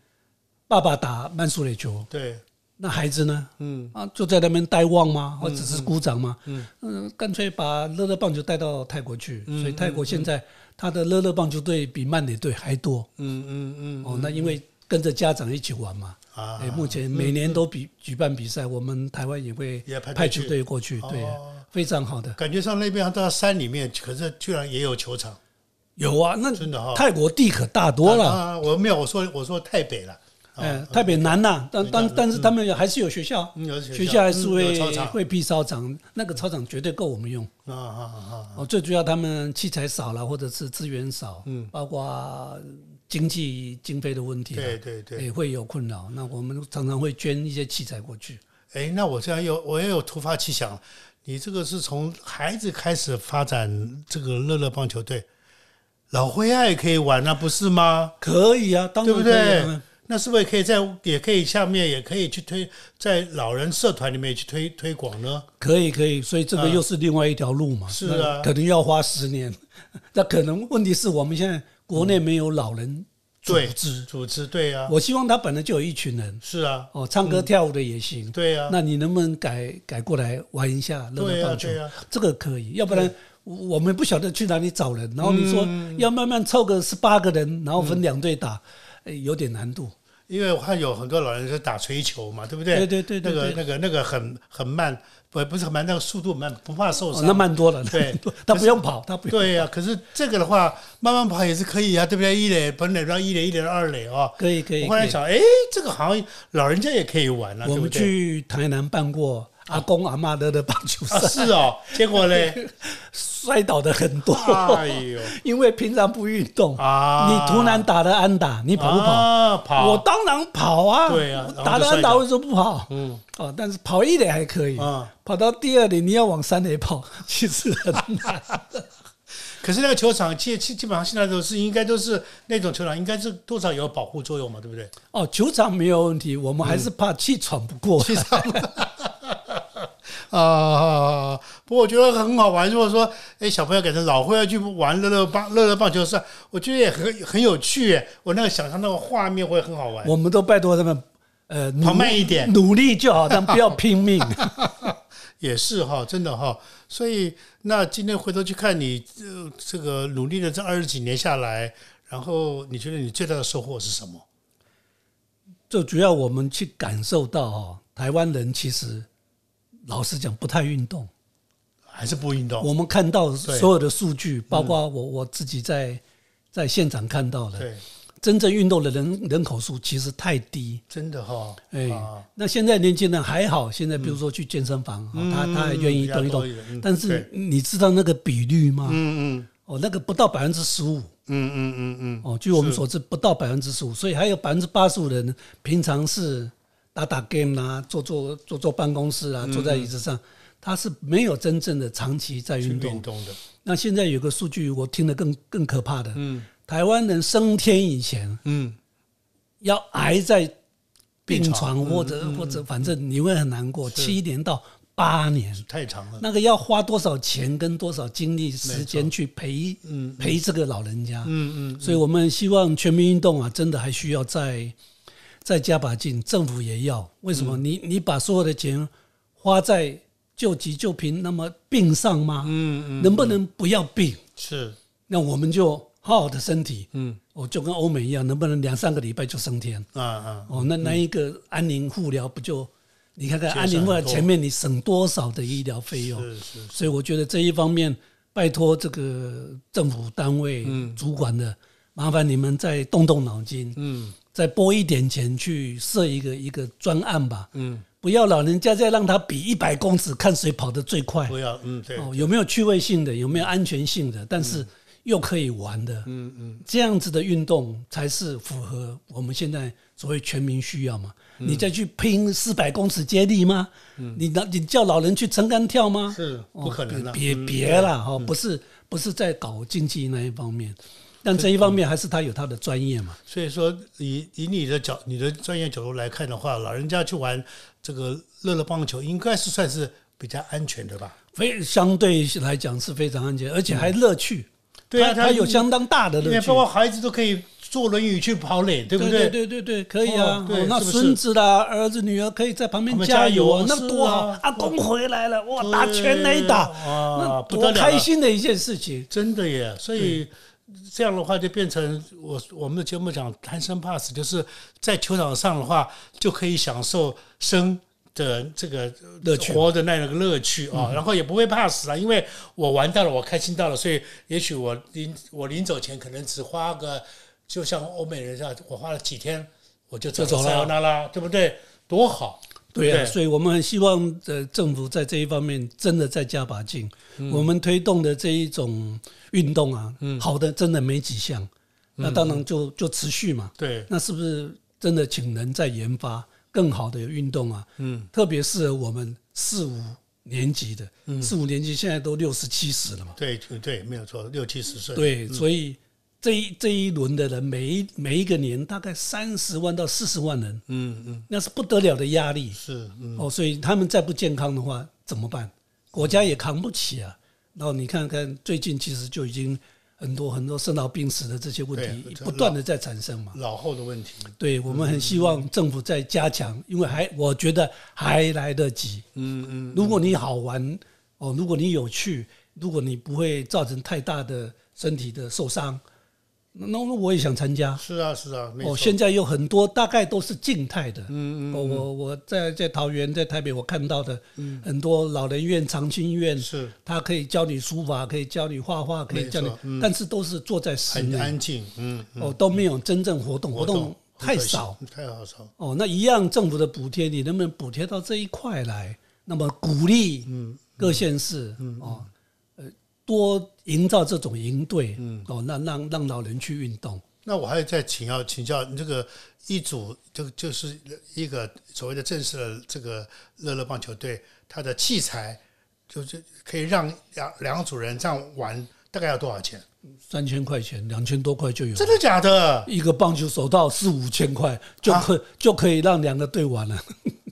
[SPEAKER 2] 爸爸打曼苏垒球，
[SPEAKER 1] 对，
[SPEAKER 2] 那孩子呢？
[SPEAKER 1] 嗯
[SPEAKER 2] 啊，就在那边呆望吗？或只是鼓掌吗？嗯，干脆把乐乐棒球带到泰国去，
[SPEAKER 1] 嗯
[SPEAKER 2] 所以泰国现在他的乐乐棒球队比曼联队还多
[SPEAKER 1] 嗯嗯嗯
[SPEAKER 2] 哦。那因为跟着家长一起玩嘛，
[SPEAKER 1] 啊
[SPEAKER 2] 哎，目前每年都比举办比赛，我们台湾也会
[SPEAKER 1] 也派队
[SPEAKER 2] 派球
[SPEAKER 1] 去
[SPEAKER 2] 队过去，对
[SPEAKER 1] 哦，
[SPEAKER 2] 非常好的。
[SPEAKER 1] 感觉上那边好像到山里面，可是居然也有球场，
[SPEAKER 2] 有啊，那
[SPEAKER 1] 真的哈
[SPEAKER 2] 泰国地可大多了，
[SPEAKER 1] 啊，我没有，我说我说太北了，
[SPEAKER 2] 哎，台北南呐、但但
[SPEAKER 1] 啊嗯
[SPEAKER 2] 但是他们还是有学校，
[SPEAKER 1] 嗯有学校
[SPEAKER 2] 学校还是
[SPEAKER 1] 嗯有
[SPEAKER 2] 会
[SPEAKER 1] 操场
[SPEAKER 2] 会辟操场，那个操场绝对够我们用。
[SPEAKER 1] 啊啊啊，
[SPEAKER 2] 哦，最主要他们器材少了，或者是资源少，嗯，包括经济经费的问题啊，
[SPEAKER 1] 对对对，
[SPEAKER 2] 也会有困扰。那我们常常会捐一些器材过去。
[SPEAKER 1] 哎，那我这样有我也有突发奇想，你这个是从孩子开始发展这个乐乐棒球队，老灰爱也可以玩啊，不是吗？
[SPEAKER 2] 可以啊，当
[SPEAKER 1] 对不
[SPEAKER 2] 然可以
[SPEAKER 1] 对
[SPEAKER 2] 啊？
[SPEAKER 1] 那是不是也可以在也可以下面也可以去推在老人社团里面去推推广呢？
[SPEAKER 2] 可以可以，所以这个又是另外一条路嘛。
[SPEAKER 1] 啊是啊
[SPEAKER 2] 那可能要花十年。那可能问题是我们现在国内没有老人组
[SPEAKER 1] 对
[SPEAKER 2] 织，
[SPEAKER 1] 组织对啊，
[SPEAKER 2] 我希望他本来就有一群人
[SPEAKER 1] 是啊，
[SPEAKER 2] 哦，唱歌跳舞的也行。
[SPEAKER 1] 对啊，
[SPEAKER 2] 那你能不能改改过来玩一下乐
[SPEAKER 1] 对
[SPEAKER 2] 乐
[SPEAKER 1] 啊，
[SPEAKER 2] 棒球
[SPEAKER 1] 对？啊，
[SPEAKER 2] 这个可以，要不然我我们不晓得去哪里找人。然后你说
[SPEAKER 1] 嗯
[SPEAKER 2] 要慢慢凑个十八个人，然后分两队打，
[SPEAKER 1] 嗯
[SPEAKER 2] 哎有点难度。
[SPEAKER 1] 因为我看有很多老人是打锤球嘛，对不对？
[SPEAKER 2] 对对对对
[SPEAKER 1] 那个
[SPEAKER 2] 对，
[SPEAKER 1] 那个那个很很慢，不不是很慢，那个速度很慢，不怕受
[SPEAKER 2] 哦
[SPEAKER 1] 伤。
[SPEAKER 2] 那慢多了。
[SPEAKER 1] 对
[SPEAKER 2] 他不用跑，他不 用
[SPEAKER 1] 对呀、可是这个的话，慢慢跑也是可以啊，对不对？一垒、本垒到一垒、一垒到二垒哦。
[SPEAKER 2] 可以可以。
[SPEAKER 1] 我后来
[SPEAKER 2] 可以
[SPEAKER 1] 想，哎，这个好像老人家也可以玩啊，
[SPEAKER 2] 我
[SPEAKER 1] 对不
[SPEAKER 2] 们
[SPEAKER 1] 对？
[SPEAKER 2] 去台南办过阿公阿妈的的棒球
[SPEAKER 1] 啊，
[SPEAKER 2] 赛，
[SPEAKER 1] 是哦。结果嘞，
[SPEAKER 2] 摔倒的很多，
[SPEAKER 1] 哎呦，
[SPEAKER 2] 因为平常不运动
[SPEAKER 1] 啊
[SPEAKER 2] 你突然打了安打，你跑不跑？
[SPEAKER 1] 啊、跑，
[SPEAKER 2] 我当然跑啊！
[SPEAKER 1] 对啊然后就
[SPEAKER 2] 打了
[SPEAKER 1] 摔
[SPEAKER 2] 安打
[SPEAKER 1] 倒
[SPEAKER 2] 为什么不跑？嗯，哦，但是跑一垒还可以，
[SPEAKER 1] 啊
[SPEAKER 2] 跑到第二垒你要往三垒跑， 其实很难。
[SPEAKER 1] 可是那个球场基基基本上现在都是应该都是那种球场，应该是多少有保护作用嘛，对不对？
[SPEAKER 2] 哦，球场没有问题，我们还是怕气喘不
[SPEAKER 1] 嗯
[SPEAKER 2] 过。
[SPEAKER 1] 啊，不过我觉得很好玩。如果说，哎，小朋友改成老会要去玩乐乐棒乐乐棒球赛，我觉得也很很有趣耶。我那个想象那个画面会很好玩。
[SPEAKER 2] 我们都拜托他们，呃，努
[SPEAKER 1] 跑慢一点
[SPEAKER 2] 努力就好，但不要拼命。
[SPEAKER 1] 也是哈，真的哈。所以那今天回头去看你，呃，这个努力的这二十几年下来，然后你觉得你最大的收获是什么？
[SPEAKER 2] 最主要我们去感受到哦，台湾人其实老实讲不太运动。
[SPEAKER 1] 还是不运动？
[SPEAKER 2] 我们看到
[SPEAKER 1] 哦对嗯
[SPEAKER 2] 所有的数据，包括我我自己在在现场看到的，
[SPEAKER 1] 对，
[SPEAKER 2] 真正运动的人人口数其实太低。
[SPEAKER 1] 真的哈。
[SPEAKER 2] 哎
[SPEAKER 1] 啊，
[SPEAKER 2] 那现在年轻人还好，现在比如说去健身房，哦他他还愿意
[SPEAKER 1] 嗯比较
[SPEAKER 2] 动一
[SPEAKER 1] 多
[SPEAKER 2] 动
[SPEAKER 1] 一点嗯，
[SPEAKER 2] 但
[SPEAKER 1] 对
[SPEAKER 2] 是你知道那个比率吗？
[SPEAKER 1] 嗯嗯
[SPEAKER 2] 哦，那个不到百分之十五。
[SPEAKER 1] 嗯嗯嗯嗯，
[SPEAKER 2] 哦，据我们所知，不到百分之十五，所以还有百分之八十五人平常是打打 game 啊啦、坐坐坐坐办公室啊，
[SPEAKER 1] 嗯
[SPEAKER 2] 坐在椅子上，他是没有真正的长期在
[SPEAKER 1] 去
[SPEAKER 2] 运动。
[SPEAKER 1] 运动的。
[SPEAKER 2] 那现在有个数据，我听得更更可怕的，台湾人升天以前
[SPEAKER 1] 嗯，
[SPEAKER 2] 要挨在
[SPEAKER 1] 病床
[SPEAKER 2] 病
[SPEAKER 1] 嗯
[SPEAKER 2] 床或者、或者，反正你会很难过，七年到八年。
[SPEAKER 1] 嗯太长了。
[SPEAKER 2] 那个要花多少钱跟多少精力时间去陪陪这个老人家，
[SPEAKER 1] 嗯嗯，
[SPEAKER 2] 所以我们希望全民运动啊，真的还需要再再加把劲，政府也要。为什么？
[SPEAKER 1] 嗯
[SPEAKER 2] 你你把所有的钱花在救急救
[SPEAKER 1] 嗯
[SPEAKER 2] 贫，那么病上吗？嗯嗯，能不能不要病？
[SPEAKER 1] 是。
[SPEAKER 2] 那我们就好好的身体，
[SPEAKER 1] 嗯
[SPEAKER 2] 我就跟欧美一样，能不能两三个礼拜就升天？
[SPEAKER 1] 啊啊，
[SPEAKER 2] 哦，那那一个安宁护疗不就？你看看
[SPEAKER 1] 节省
[SPEAKER 2] 安宁护疗
[SPEAKER 1] 很多
[SPEAKER 2] 前面你省多少的医疗费用？
[SPEAKER 1] 是是，
[SPEAKER 2] 所以我觉得这一方面，拜托这个政府单位主管的，麻烦你们再动动脑筋，
[SPEAKER 1] 嗯
[SPEAKER 2] 再拨一点钱去设一个一个专案吧，
[SPEAKER 1] 嗯，
[SPEAKER 2] 不要老人家再让他比一百公尺，看谁跑得最快
[SPEAKER 1] 不要，嗯对，
[SPEAKER 2] 哦，有没有趣味性的，有没有安全性的，但是又可以玩的，
[SPEAKER 1] 嗯嗯
[SPEAKER 2] 这样子的运动才是符合我们现在所谓全民需要嘛。
[SPEAKER 1] 嗯
[SPEAKER 2] 你再去拼四百公尺接力吗？你那你叫老人去撑杆跳吗？
[SPEAKER 1] 是
[SPEAKER 2] 哦
[SPEAKER 1] 不可能的，
[SPEAKER 2] 别
[SPEAKER 1] 嗯
[SPEAKER 2] 别了哈，不是不是在搞竞技那一方面，但这一方面还是他有他的专业嘛。
[SPEAKER 1] 所以说，以以你的角、你的专业角度来看的话，老人家去玩这个乐乐棒球，应该是算是比较安全的吧？
[SPEAKER 2] 非相对来讲是非常安全，而且还乐趣。
[SPEAKER 1] 嗯对啊
[SPEAKER 2] 他
[SPEAKER 1] 他
[SPEAKER 2] 他有相当大的
[SPEAKER 1] 因
[SPEAKER 2] 乐
[SPEAKER 1] 为
[SPEAKER 2] 趣
[SPEAKER 1] 包。括孩子都可以坐轮椅去跑垒，对不
[SPEAKER 2] 对对对对，可以啊
[SPEAKER 1] 哦。对
[SPEAKER 2] 哦那
[SPEAKER 1] 是不是
[SPEAKER 2] 孙子啦、儿子、女儿可以在旁边
[SPEAKER 1] 旁边
[SPEAKER 2] 加油啊，
[SPEAKER 1] 加油
[SPEAKER 2] 那多好
[SPEAKER 1] 是啊！
[SPEAKER 2] 阿公回来了，哇，
[SPEAKER 1] 对
[SPEAKER 2] 打全垒打，
[SPEAKER 1] 哇
[SPEAKER 2] 那
[SPEAKER 1] 啊不得
[SPEAKER 2] 多
[SPEAKER 1] 了
[SPEAKER 2] 开心的一件事情。
[SPEAKER 1] 真的耶！所以这样的话，就变成我我们的节目讲贪生怕死，就是在球场上的话，就可以享受生的这个
[SPEAKER 2] 乐趣
[SPEAKER 1] 活的那个乐趣啊，然后也不会怕死啊，因为我玩到了，我开心到了，所以也许我临我临走前可能只花个，就像欧美人一样，我花了几天我就走
[SPEAKER 2] 就走了
[SPEAKER 1] 塞那拉，对不对？多好！
[SPEAKER 2] 对啊，
[SPEAKER 1] 对
[SPEAKER 2] 所以我们很希望呃政府在这一方面真的再加把劲。
[SPEAKER 1] 嗯
[SPEAKER 2] 我们推动的这一种运动啊，好的真的没几项，
[SPEAKER 1] 嗯
[SPEAKER 2] 那当然就就持续嘛。
[SPEAKER 1] 对，
[SPEAKER 2] 那是不是真的请人在研发更好的运动啊？
[SPEAKER 1] 嗯，
[SPEAKER 2] 特别适合我们四五年级的，
[SPEAKER 1] 嗯
[SPEAKER 2] 四五年级现在都六十七十了嘛。
[SPEAKER 1] 对对，没有错，六七十岁，
[SPEAKER 2] 对，所以这一这一轮的人，每一每一个年大概三十万到四十万人，
[SPEAKER 1] 嗯嗯，
[SPEAKER 2] 那是不得了的压力。
[SPEAKER 1] 是嗯。
[SPEAKER 2] 哦，所以他们再不健康的话怎么办？国家也扛不起啊。然后你看看最近其实就已经很多很多生老病死的这些问
[SPEAKER 1] 对
[SPEAKER 2] 题
[SPEAKER 1] 这
[SPEAKER 2] 不断的在产生嘛。
[SPEAKER 1] 老后的问题，
[SPEAKER 2] 对我们很希望政府再加强，因为还我觉得还来得及。
[SPEAKER 1] 嗯嗯，
[SPEAKER 2] 如果你好玩哦，如果你有趣，如果你不会造成太大的身体的受伤，那那我也想参加。
[SPEAKER 1] 是啊，是啊，没错。
[SPEAKER 2] 哦，现在有很多大概都是静态的。
[SPEAKER 1] 嗯嗯，
[SPEAKER 2] 哦，我我在在桃园，在台北，我看到的很多老人院、长青院，
[SPEAKER 1] 嗯是
[SPEAKER 2] 他可以教你书法，可以教你画画，可以教你
[SPEAKER 1] 没错，嗯
[SPEAKER 2] 但是都是坐在室
[SPEAKER 1] 很
[SPEAKER 2] 内，
[SPEAKER 1] 安静，嗯，
[SPEAKER 2] 哦，都没有真正活动，活动
[SPEAKER 1] 很
[SPEAKER 2] 太
[SPEAKER 1] 可惜
[SPEAKER 2] 少。，
[SPEAKER 1] 太好少，
[SPEAKER 2] 哦，那一样政府的补贴，你能不能补贴到这一块来？那么鼓励
[SPEAKER 1] 嗯
[SPEAKER 2] 各县市、哦，呃，多营造这种营队，
[SPEAKER 1] 嗯
[SPEAKER 2] 哦，那让让老人去运动。
[SPEAKER 1] 那我还再请教请教你这个一组，就就是一个所谓的正式的这个乐乐棒球队，它的器材就是可以让两两组人这样玩，大概要多少钱？
[SPEAKER 2] 三千块钱，两千多块就有了
[SPEAKER 1] 真的假的？
[SPEAKER 2] 一个棒球手套四五千块就可、
[SPEAKER 1] 啊
[SPEAKER 2] 就可以让两个队 玩了。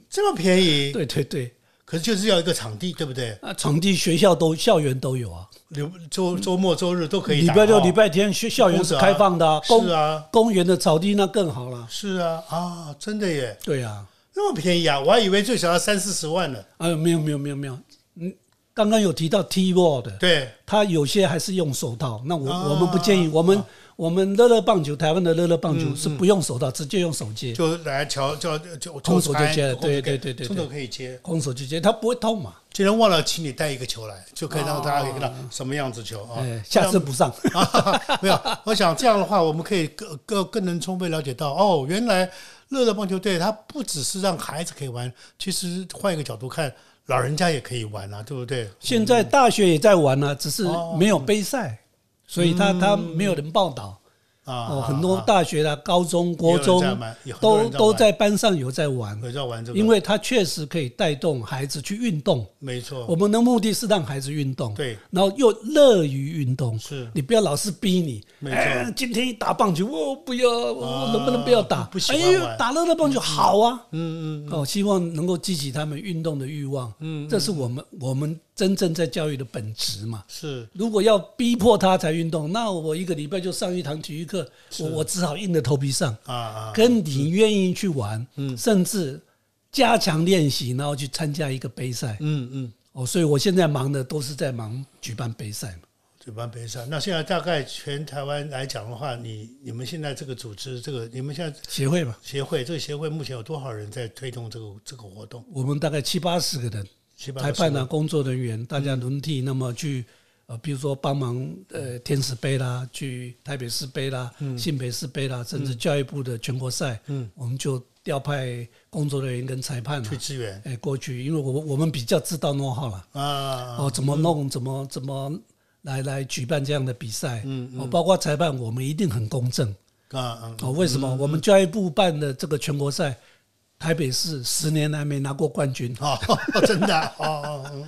[SPEAKER 1] 这么便宜？
[SPEAKER 2] 对对对，
[SPEAKER 1] 可是就是要一个场地，对不对？
[SPEAKER 2] 啊，场地学校都校园都有啊，
[SPEAKER 1] 周周周末周日都可以
[SPEAKER 2] 礼
[SPEAKER 1] 打
[SPEAKER 2] 拜六
[SPEAKER 1] 哦
[SPEAKER 2] 礼拜天学校园是开放的、公
[SPEAKER 1] 是啊，
[SPEAKER 2] 公园的草地那更好了。
[SPEAKER 1] 是啊，啊，真的耶，
[SPEAKER 2] 对啊，
[SPEAKER 1] 那么便宜啊！我还以为最少要三四十万呢。
[SPEAKER 2] 哎没有没有没有没有，嗯，刚刚有提到 T ball 的，
[SPEAKER 1] 对，
[SPEAKER 2] 他有些还是用手套，那我、
[SPEAKER 1] 啊嗯
[SPEAKER 2] 我们不建议，我们、我们乐乐棒球，台湾的乐乐棒球是不用手套，直接用手接，
[SPEAKER 1] 就来瞧，就就
[SPEAKER 2] 空手就接了
[SPEAKER 1] 空手可以
[SPEAKER 2] 对对对对
[SPEAKER 1] 空手可以接。
[SPEAKER 2] 空手就接，它不会痛嘛，
[SPEAKER 1] 今天忘了请你带一个球来，就可以让大家看到什么样子球啊
[SPEAKER 2] 哦哎，。下次不 上。
[SPEAKER 1] 啊，没有，我想这样的话，我们可以更更更能充分了解到，哦，原来乐乐棒球队它不只是让孩子可以玩，其实换一个角度看，老人家也可以玩啊，对不对？
[SPEAKER 2] 现在大学也在玩了、只是
[SPEAKER 1] 哦嗯
[SPEAKER 2] 没有杯赛，所以他他没有人报道。
[SPEAKER 1] 啊，
[SPEAKER 2] 哦，
[SPEAKER 1] 啊
[SPEAKER 2] 很多
[SPEAKER 1] 啊
[SPEAKER 2] 大学啦、高中、国中
[SPEAKER 1] 有人在玩有很多
[SPEAKER 2] 都
[SPEAKER 1] 人在玩
[SPEAKER 2] 都在班上有在玩，
[SPEAKER 1] 有在玩这个，
[SPEAKER 2] 因为它确实可以带动孩子去运动。
[SPEAKER 1] 没错，
[SPEAKER 2] 我们的目的是让孩子运动，
[SPEAKER 1] 对，
[SPEAKER 2] 然后又乐于运动。
[SPEAKER 1] 是
[SPEAKER 2] 你不要老是逼你，
[SPEAKER 1] 没错啊
[SPEAKER 2] 哎，今天一打棒球，我不要，我能不能不要打？
[SPEAKER 1] 不喜
[SPEAKER 2] 哎
[SPEAKER 1] 欢
[SPEAKER 2] 呦
[SPEAKER 1] 玩，
[SPEAKER 2] 打乐乐棒球好啊，
[SPEAKER 1] 嗯嗯，
[SPEAKER 2] 哦，希望能够激起他们运动的欲望，嗯，这是我们我们真正在教育的本质嘛。
[SPEAKER 1] 是
[SPEAKER 2] 如果要逼迫他才运动，那我一个礼拜就上一堂体育课，我我只好硬着头皮上。
[SPEAKER 1] 啊啊，嗯
[SPEAKER 2] 跟你愿意去玩，甚至加强练习，然后去参加一个杯赛。
[SPEAKER 1] 嗯嗯，
[SPEAKER 2] 哦，所以我现在忙的都是在忙举办杯赛嘛。
[SPEAKER 1] 对，蛮悲伤。那现在大概全台湾来讲的话，你你们现在这个组织，这个你们现在
[SPEAKER 2] 协会嘛，
[SPEAKER 1] 协会，这个协会目前有多少人在推动这个这个活动？
[SPEAKER 2] 我们大概七八十个人，
[SPEAKER 1] 七八
[SPEAKER 2] 裁
[SPEAKER 1] 十
[SPEAKER 2] 判啊，工作人员，大家轮替，那么去呃，比如说帮忙呃天使杯啦，去台北市杯啦，新北市杯啦，甚至教育部的全国赛，嗯，我们就调派工作人员跟裁判啊
[SPEAKER 1] 去，支援
[SPEAKER 2] 哎，过去，因为我们我们比较知道 know how 了，
[SPEAKER 1] 啊，
[SPEAKER 2] 哦，怎么弄，怎么怎么来来举办这样的比赛，嗯，哦，包括裁判，我们一定很公正，
[SPEAKER 1] 啊嗯
[SPEAKER 2] 哦，为什么？我们教育部办的这个全国赛，台北市十年来没拿过冠军，
[SPEAKER 1] 哦， 真的啊哦哦， 嗯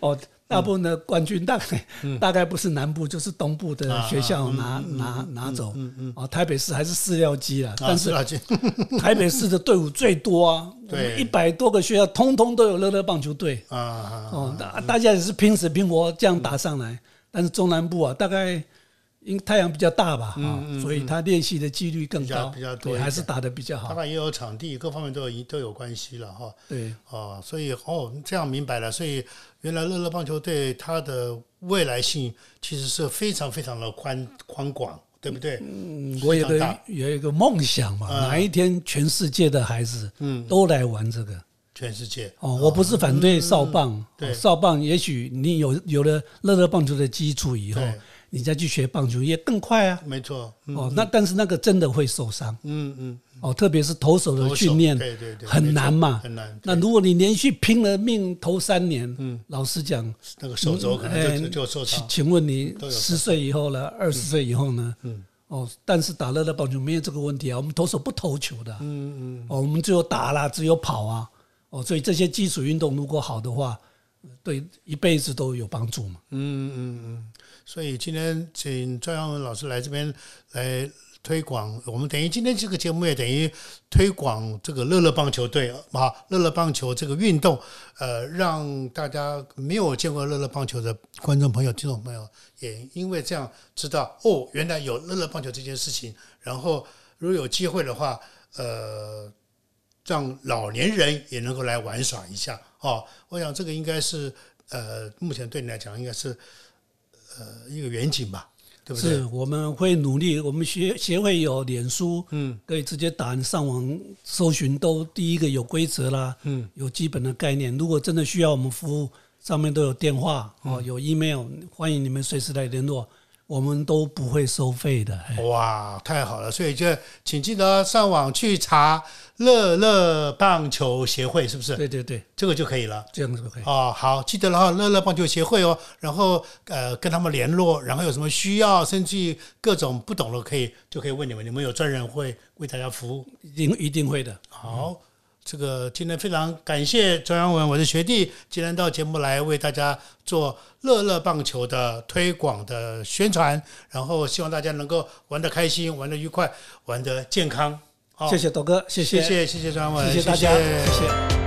[SPEAKER 2] 哦，大部分的冠军大概、大概不是南部就是东部
[SPEAKER 1] 啊
[SPEAKER 2] 的学校
[SPEAKER 1] 嗯
[SPEAKER 2] 拿、拿拿走，哦，台北市还是饲料鸡啦，但
[SPEAKER 1] 啊是
[SPEAKER 2] 是
[SPEAKER 1] 垃圾，
[SPEAKER 2] 台北市的队伍最多啊，我
[SPEAKER 1] 对
[SPEAKER 2] 们一百多个学校通通都有乐乐棒球队，
[SPEAKER 1] 啊啊，嗯
[SPEAKER 2] 哦，大大家也是拼死拼活这样打上来，但是中南部啊，大概因太阳比较大吧，啊、所以他练习的几率更
[SPEAKER 1] 嗯比较
[SPEAKER 2] 高，
[SPEAKER 1] 比较多一
[SPEAKER 2] 对，还是
[SPEAKER 1] 点
[SPEAKER 2] 打得比较
[SPEAKER 1] 当
[SPEAKER 2] 好，
[SPEAKER 1] 然也有场地，各方面都有都有关系了哈。
[SPEAKER 2] 对。
[SPEAKER 1] 哦，所以哦，这样明白了。所以原来乐乐棒球队它的未来性其实是非常非常的宽宽广，对不对？嗯
[SPEAKER 2] 我有个有一个梦想嘛，哪一天全世界的孩子
[SPEAKER 1] 嗯
[SPEAKER 2] 都来玩这个
[SPEAKER 1] 全世界
[SPEAKER 2] 哦。我不是反对少棒，
[SPEAKER 1] 嗯对
[SPEAKER 2] 哦少棒也许你有有了乐乐棒球的基础以后
[SPEAKER 1] 对，
[SPEAKER 2] 你再去学棒球也更快啊。
[SPEAKER 1] 没错，嗯
[SPEAKER 2] 哦，那但是那个真的会受伤
[SPEAKER 1] 嗯嗯，
[SPEAKER 2] 哦，特别是投手
[SPEAKER 1] 投
[SPEAKER 2] 的
[SPEAKER 1] 手
[SPEAKER 2] 训练
[SPEAKER 1] 对对对，没
[SPEAKER 2] 很
[SPEAKER 1] 错
[SPEAKER 2] 难嘛。
[SPEAKER 1] 很难。嗯
[SPEAKER 2] 那如果你连续拼了命投三年，老实讲，
[SPEAKER 1] 那个手肘可能就
[SPEAKER 2] 哎
[SPEAKER 1] 就受
[SPEAKER 2] 请
[SPEAKER 1] 伤，嗯
[SPEAKER 2] 请问你
[SPEAKER 1] 都有
[SPEAKER 2] 十岁以后呢？二十岁以后呢？哦，但是打乐乐棒球没有这个问题啊，我们投手不投球的啊、
[SPEAKER 1] 嗯嗯，
[SPEAKER 2] 哦，我们只有打啦，只有跑啊，哦，所以这些基础运动如果好的话，呃对一辈子都有帮助嘛。
[SPEAKER 1] 嗯嗯嗯，所以今天请赵阳文老师来这边来推广，我们等于今天这个节目也等于推广这个乐乐棒球队啊，乐乐棒球这个运动，呃，让大家没有见过乐乐棒球的观众朋友、听众朋友，也因为这样知道哦，原来有乐乐棒球这件事情，然后如果有机会的话，呃，让老年人也能够来玩耍一下哦。我想这个应该是呃，目前对你来讲应该是呃一个远景吧，对不对？
[SPEAKER 2] 是，我们会努力，我们协协会有脸书，
[SPEAKER 1] 嗯，
[SPEAKER 2] 可以直接打你上网搜寻，都第一个有规则啦，
[SPEAKER 1] 嗯，
[SPEAKER 2] 有基本的概念。如果真的需要我们服务，上面都有电话
[SPEAKER 1] 嗯
[SPEAKER 2] 哦，有 email，欢迎你们随时来联络，我们都不会收费的。哎
[SPEAKER 1] 哇，太好了！所以就请记得上网去查乐乐棒球协会，是不是？
[SPEAKER 2] 对对对，
[SPEAKER 1] 这个就可以了。
[SPEAKER 2] 这样子可以。
[SPEAKER 1] 哦，好，记得了哈，乐乐棒球协会哦，然后呃跟他们联络，然后有什么需要，甚至于各种不懂的可以就可以问你们，你们有专人会为大家服务。
[SPEAKER 2] 一定一定会的。
[SPEAKER 1] 好，这个今天非常感谢周扬文，我的学弟，今天到节目来为大家做乐乐棒球的推广的宣传，然后希望大家能够玩得开心，玩得愉快，玩得健康。好
[SPEAKER 2] 谢谢豆哥，谢
[SPEAKER 1] 谢谢谢谢周扬文，
[SPEAKER 2] 谢谢大家，
[SPEAKER 1] 谢
[SPEAKER 2] 谢谢